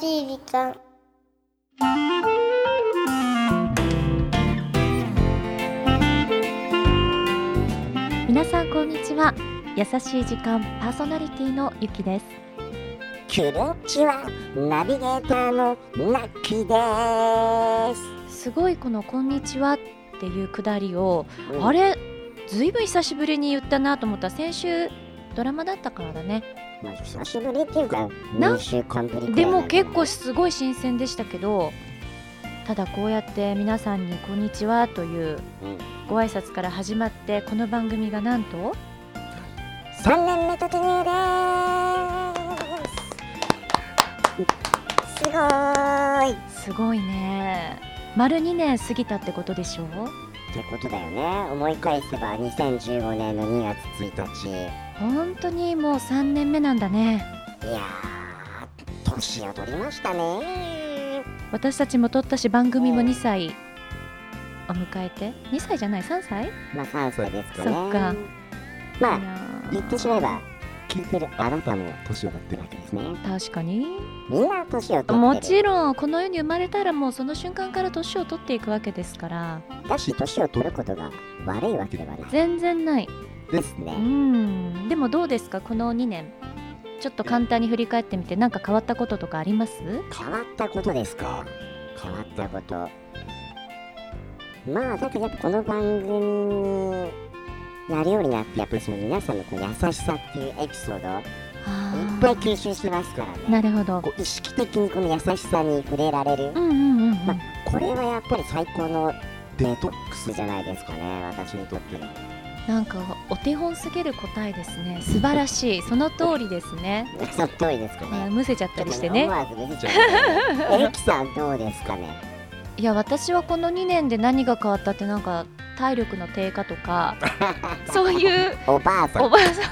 しい時間。皆さんこんにちは優しい時間パーソナリティのゆきですクロッチはナビゲーターのラッキーです。すごいこの「こんにちは」っていうくだりを、あれ、れずいぶん久しぶりに言ったなと思ったら先週ドラマだったからだねまあ、久しぶりっていうか、な2週間ぶりくらいでも結構すごい新鮮でしたけどただこうやって皆さんに「こんにちは」といううんご挨拶から始まってこの番組がなんと3年目突入です。すごーいっすごいね丸2年過ぎたってことでしょてことだよね。思い返せば2015年の2月1日。い本当にもう3年目なんだねやー、年を取りましたね。私たちも撮ったし番組も2歳を迎えて2歳じゃない3歳まあ3歳ですかね。そっかまいあ、や言ってしまえば、聞いてるあなたも年を取ってるわけですね。確かにみんな年を取ってる。もちろんこの世に生まれたらもうその瞬間から年を取っていくわけですからだし年を取ることが悪いわけではない全然ないですうね。んでもどうですかこの2年ちょっと簡単に振り返ってみて何か変わったこととかあります変わったことですか変わったこと。まあ、だからやっぱこの番組にやるようになって、やっぱりその皆さんのこう優しさっていうエピソード、いっあぱい吸収してますからーなね。るほどこう意識的にこの優しさに触れられう。るんうんうんうんまあ、これはやっぱり最高のデトックスじゃないですかね、私にとっての。なんかお手本すぎる答えですね素晴らしいその通りですねその通りですかあーね。むせちゃったりしてね思わず 出てちゃうからね。エキさんどうですかねいや私はこの2年で何が変わったってなんか体力の低下と か そういうおばあさんおばあ さ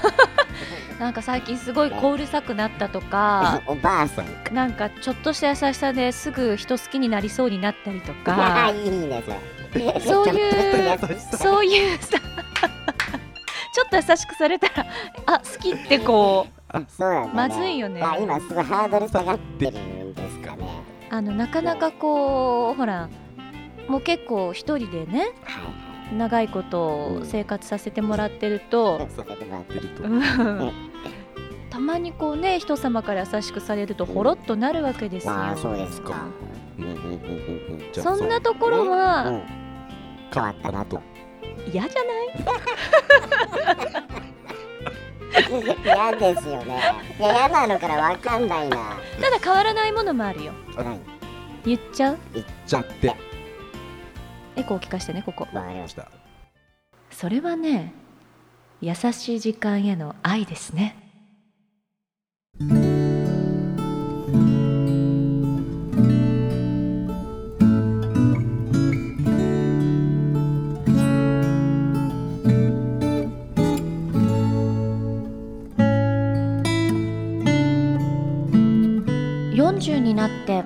んなんか最近すごいコールさくなったとかおばあさん なんかちょっとした優しさですぐ人好きになりそうになったりとがか いいねそれそういうちょっと優しさそういうさ ちょっと優しくされたらあ好きってこうそうなんだ、ね、まずいよねあ今すごいハードル下がってるんですかねあのなかなかこうほらもう結構一人でねは長いこと生活させてもらってるといはい、させてもらってるとうんたまにこうね人様から優しくされるとほろっとなるわけですよ、まあそうですかうんうんうんうんうんじゃあそんなところうはん変わったなと嫌じゃない嫌ですよねいや嫌なのからわかんないなただ変わらないものもあるよはい言っちゃう言っちゃってわエコー聞かしてねここかりましたそれはね優しい時間への愛ですね40になって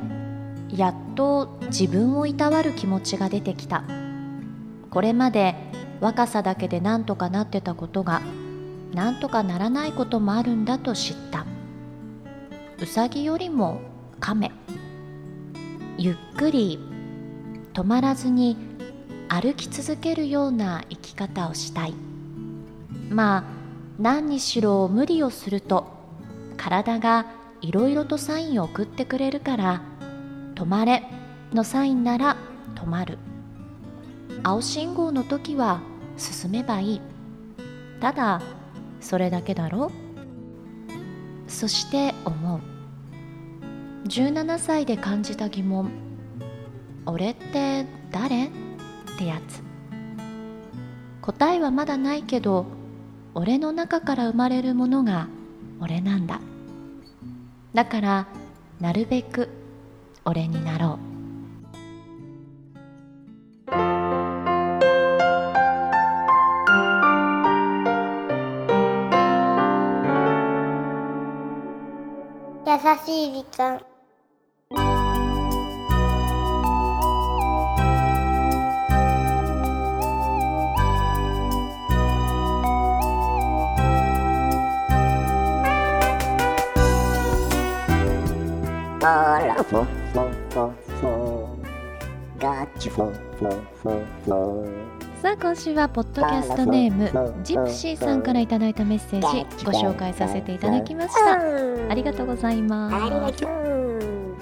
やっと自分をいたわる気持ちが出てきたこれまで若さだけでなんとかなってたことがなんとかならないこともあるんだと知ったうさぎよりも亀ゆっくり止まらずに歩き続けるような生き方をしたいまあ何にしろ無理をすると体がいろいろとサインを送ってくれるから「止まれ」のサインなら止まる青信号の時は進めばいいただそれだけだろそして思う17歳で感じた疑問「俺って誰?」ってやつ答えはまだないけど俺の中から生まれるものが俺なんだだからなるべく俺になろう優しい時間。おーフォフォフォフォガッチフォフォフォフォさあ今週はポッドキャストネームジプシーさんからいただいたメッセージご紹介させていただきましたありがとうございありまがすとう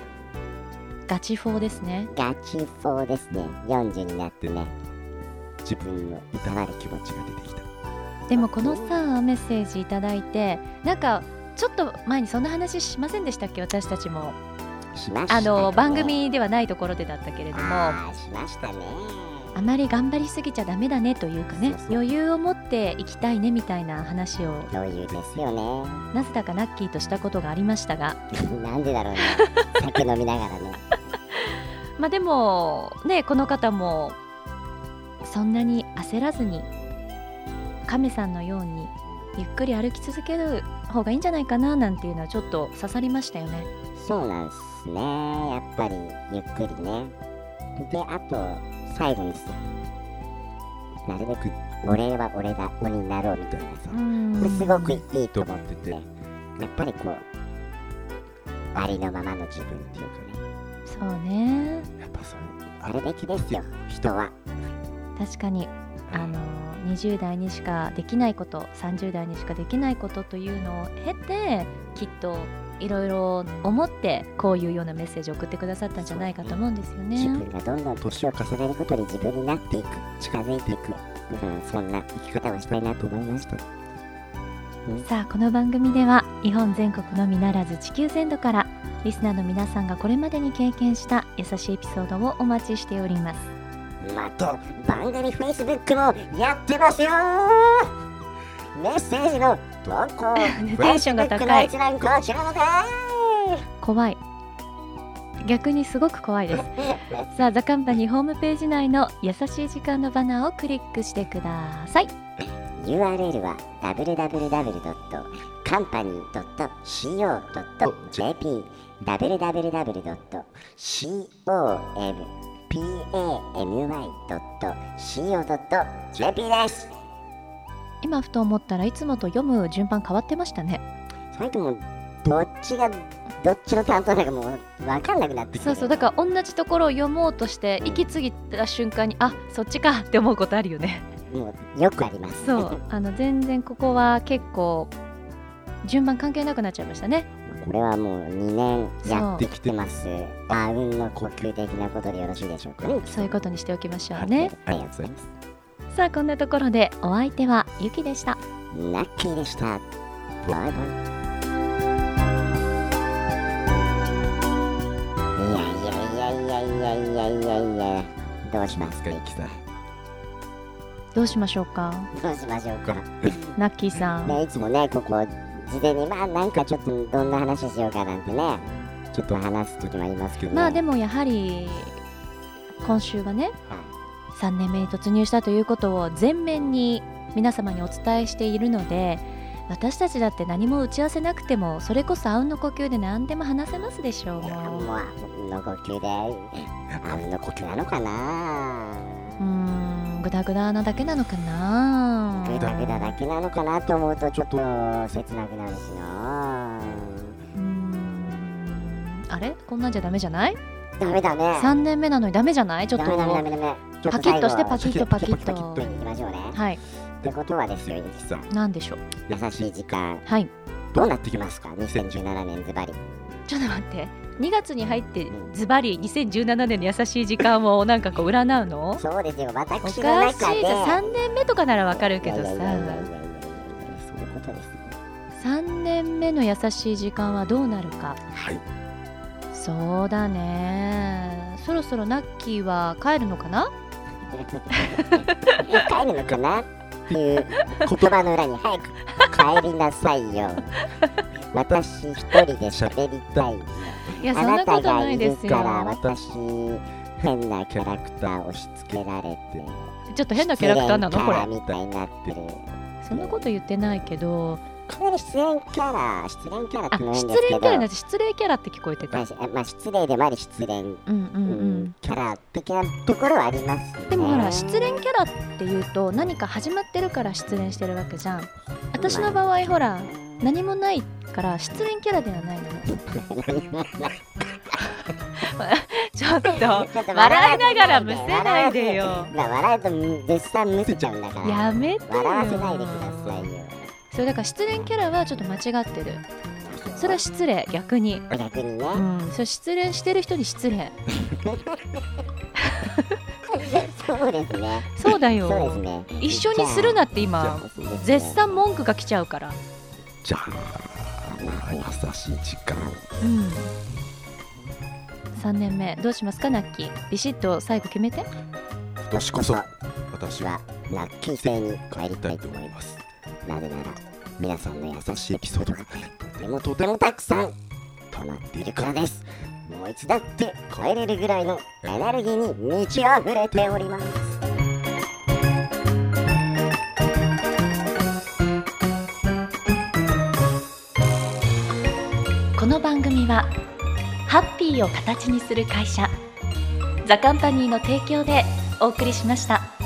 ガチフォーですねガチフォーですね40になってね自分のいたわる気持ちが出てきたでもこのさメッセージいただいてなんかちょっと前にそんな話しませんでしたっけ私たちもしましたあねの番組ではないところでだったけれどもああーしましたねまり頑張りすぎちゃダメだねというかねそうそう余裕を持っていきたいねみたいな話を余裕ですよね なぜだかナッキーとしたことがありましたがなんでだろうね酒飲みながらねまあでもねこの方もそんなに焦らずに亀さんのようにゆっくり歩き続ける方がいいんじゃないかななんていうのはちょっと刺さりましたよねそうなんですねやっぱりゆっくりねであと最後にさなるべく俺は俺が鬼になろうみたいなさこれすごくいいと思っててやっぱりこうありのままの自分っていうかねそうねやっぱそれあるべきですよ人は確かにあの20代にしかできないこと30代にしかできないことというのを経てきっといろいろ思ってこういうようなメッセージを送ってくださったんじゃないかと思うんですよ自ね分がどんどん年を重ねることに自分になっていく近づいていく、うん、そんな生き方をしたいなと思いましたさあこの番組では日本全国のみならず地球全土からリスナーの皆さんがこれまでに経験した優しいエピソードをお待ちしておりますまた番組 Facebook もやってますよメッセージの投 稿テンションが高い Facebook の一覧こちらまで怖い逆にすごく怖い ですさあ、ザカンパニホームページ内の優しい時間のバナーをクリックしてください。 URL は www.company.co.jp www.company.co.jp です今ふと思ったらいつもと読む順番変わってましたね。最近もうどっちがどっちの担当だかもう分かんなくなってきてそうそう、だから同じところを読もうとして息継ぎた瞬間に、あ、そっちかって思うことあるよね。もうよくありますそうあの全然ここは結構順番関係なくなっちゃいましたね。 これはもう2年やってきてますあうんの呼吸的なことでよろしいでしょうかねそういうことにしておきましょうはいね。ありがとうございますさあ、こんなところでお相手はゆきでした。ラッキーでしたバイバイいやいやいやいやいやいやいやどうしますかゆきさんどうしましょうか、どうしまし ょうかナッキーさん。ね、いつもね、ここ、事前に、まあ、なんかちょっと、どんな話しようかなんてね、ちょっと話すときもありますけど、ね、まあでも、もやはり今週はねはい3年目に突入したということを全面に皆様にお伝えしているので私たちだって何も打ち合わせなくてもそれこそあうんの呼吸で何でも話せますでしょういやももう、うあうんの呼吸で、あうんの呼吸なのかうーなんグダグダなだけなのかなぐだぐだだけなのかなと思うと、ちょっと、切なくなるしなうーんあれこんなんじゃダメじゃないダメダメ。 3年目なのにダメじゃないちょっダメダメダメとダメ。パキッとしてパキキッとパキッとッといきましょうね。はいってことはですよ、ゆきさん。なんでしょう優しい時間、はいどうなってきますか ?2017 年ズバリ。ちょっと待って2月に入ってズバリ2017年の優しい時間をなんかこう占うのそうですよ、おかし私いじのゃん中で。 3年目とかならわかるけどさいやいやいやいやいやいやそういうこと ですね。 3年目の優しい時間はどうなるかはい。そうだねそろそろナッキーは帰るのかな帰るのかなっていう言葉の裏に早く帰りなさ いよ。私一人で喋りたい。いやあそんななことたながいいでるすからよ私変なキャラクター押し付けられて。ちょっと変なキャラクターなのこ失れ恋キャラみたいになってる。そんなこと言ってないけどかなり失恋キャラ、失恋キャラっあてのは変失で礼すけキど。ャラだって失礼キャラって聞こえてたまあまあ失礼でもあり失恋うんうんうんキャラ的なところはありますねでもほら失 恋キャラっていうと何か始まってるから失恋してるわけじゃん私の場合ほら何もないから失恋キャラではないのよ ちょっとちょっと笑いながらむせないでよ笑わないでほしい笑うと絶賛むせちゃうんだから。やめてよ笑わせないでくださいよ。それだから失恋キャラはちょっと間違ってるそれは失礼逆に逆にね、うんそれ失恋してる人に失礼そうですね。そうだそうでよすね。一緒にするなって今そうですね絶賛文句が来ちゃうからじゃあまあ優しい時間うん3年目どうしますかナッキービシッと最後決めて私こそ私私ははラッキー星に帰りたたいいとと思い思いまますす。なぜなら皆さんの優優ししいいエエピピソソーードドががととててももととててももたたくくささんん溜まっていいるるかかららでですす。もう一度って帰れるぐらいのエネルギーに満ち溢れております。この番組はハッピーを形にする会社ザカンパニーの提供でお送りしました。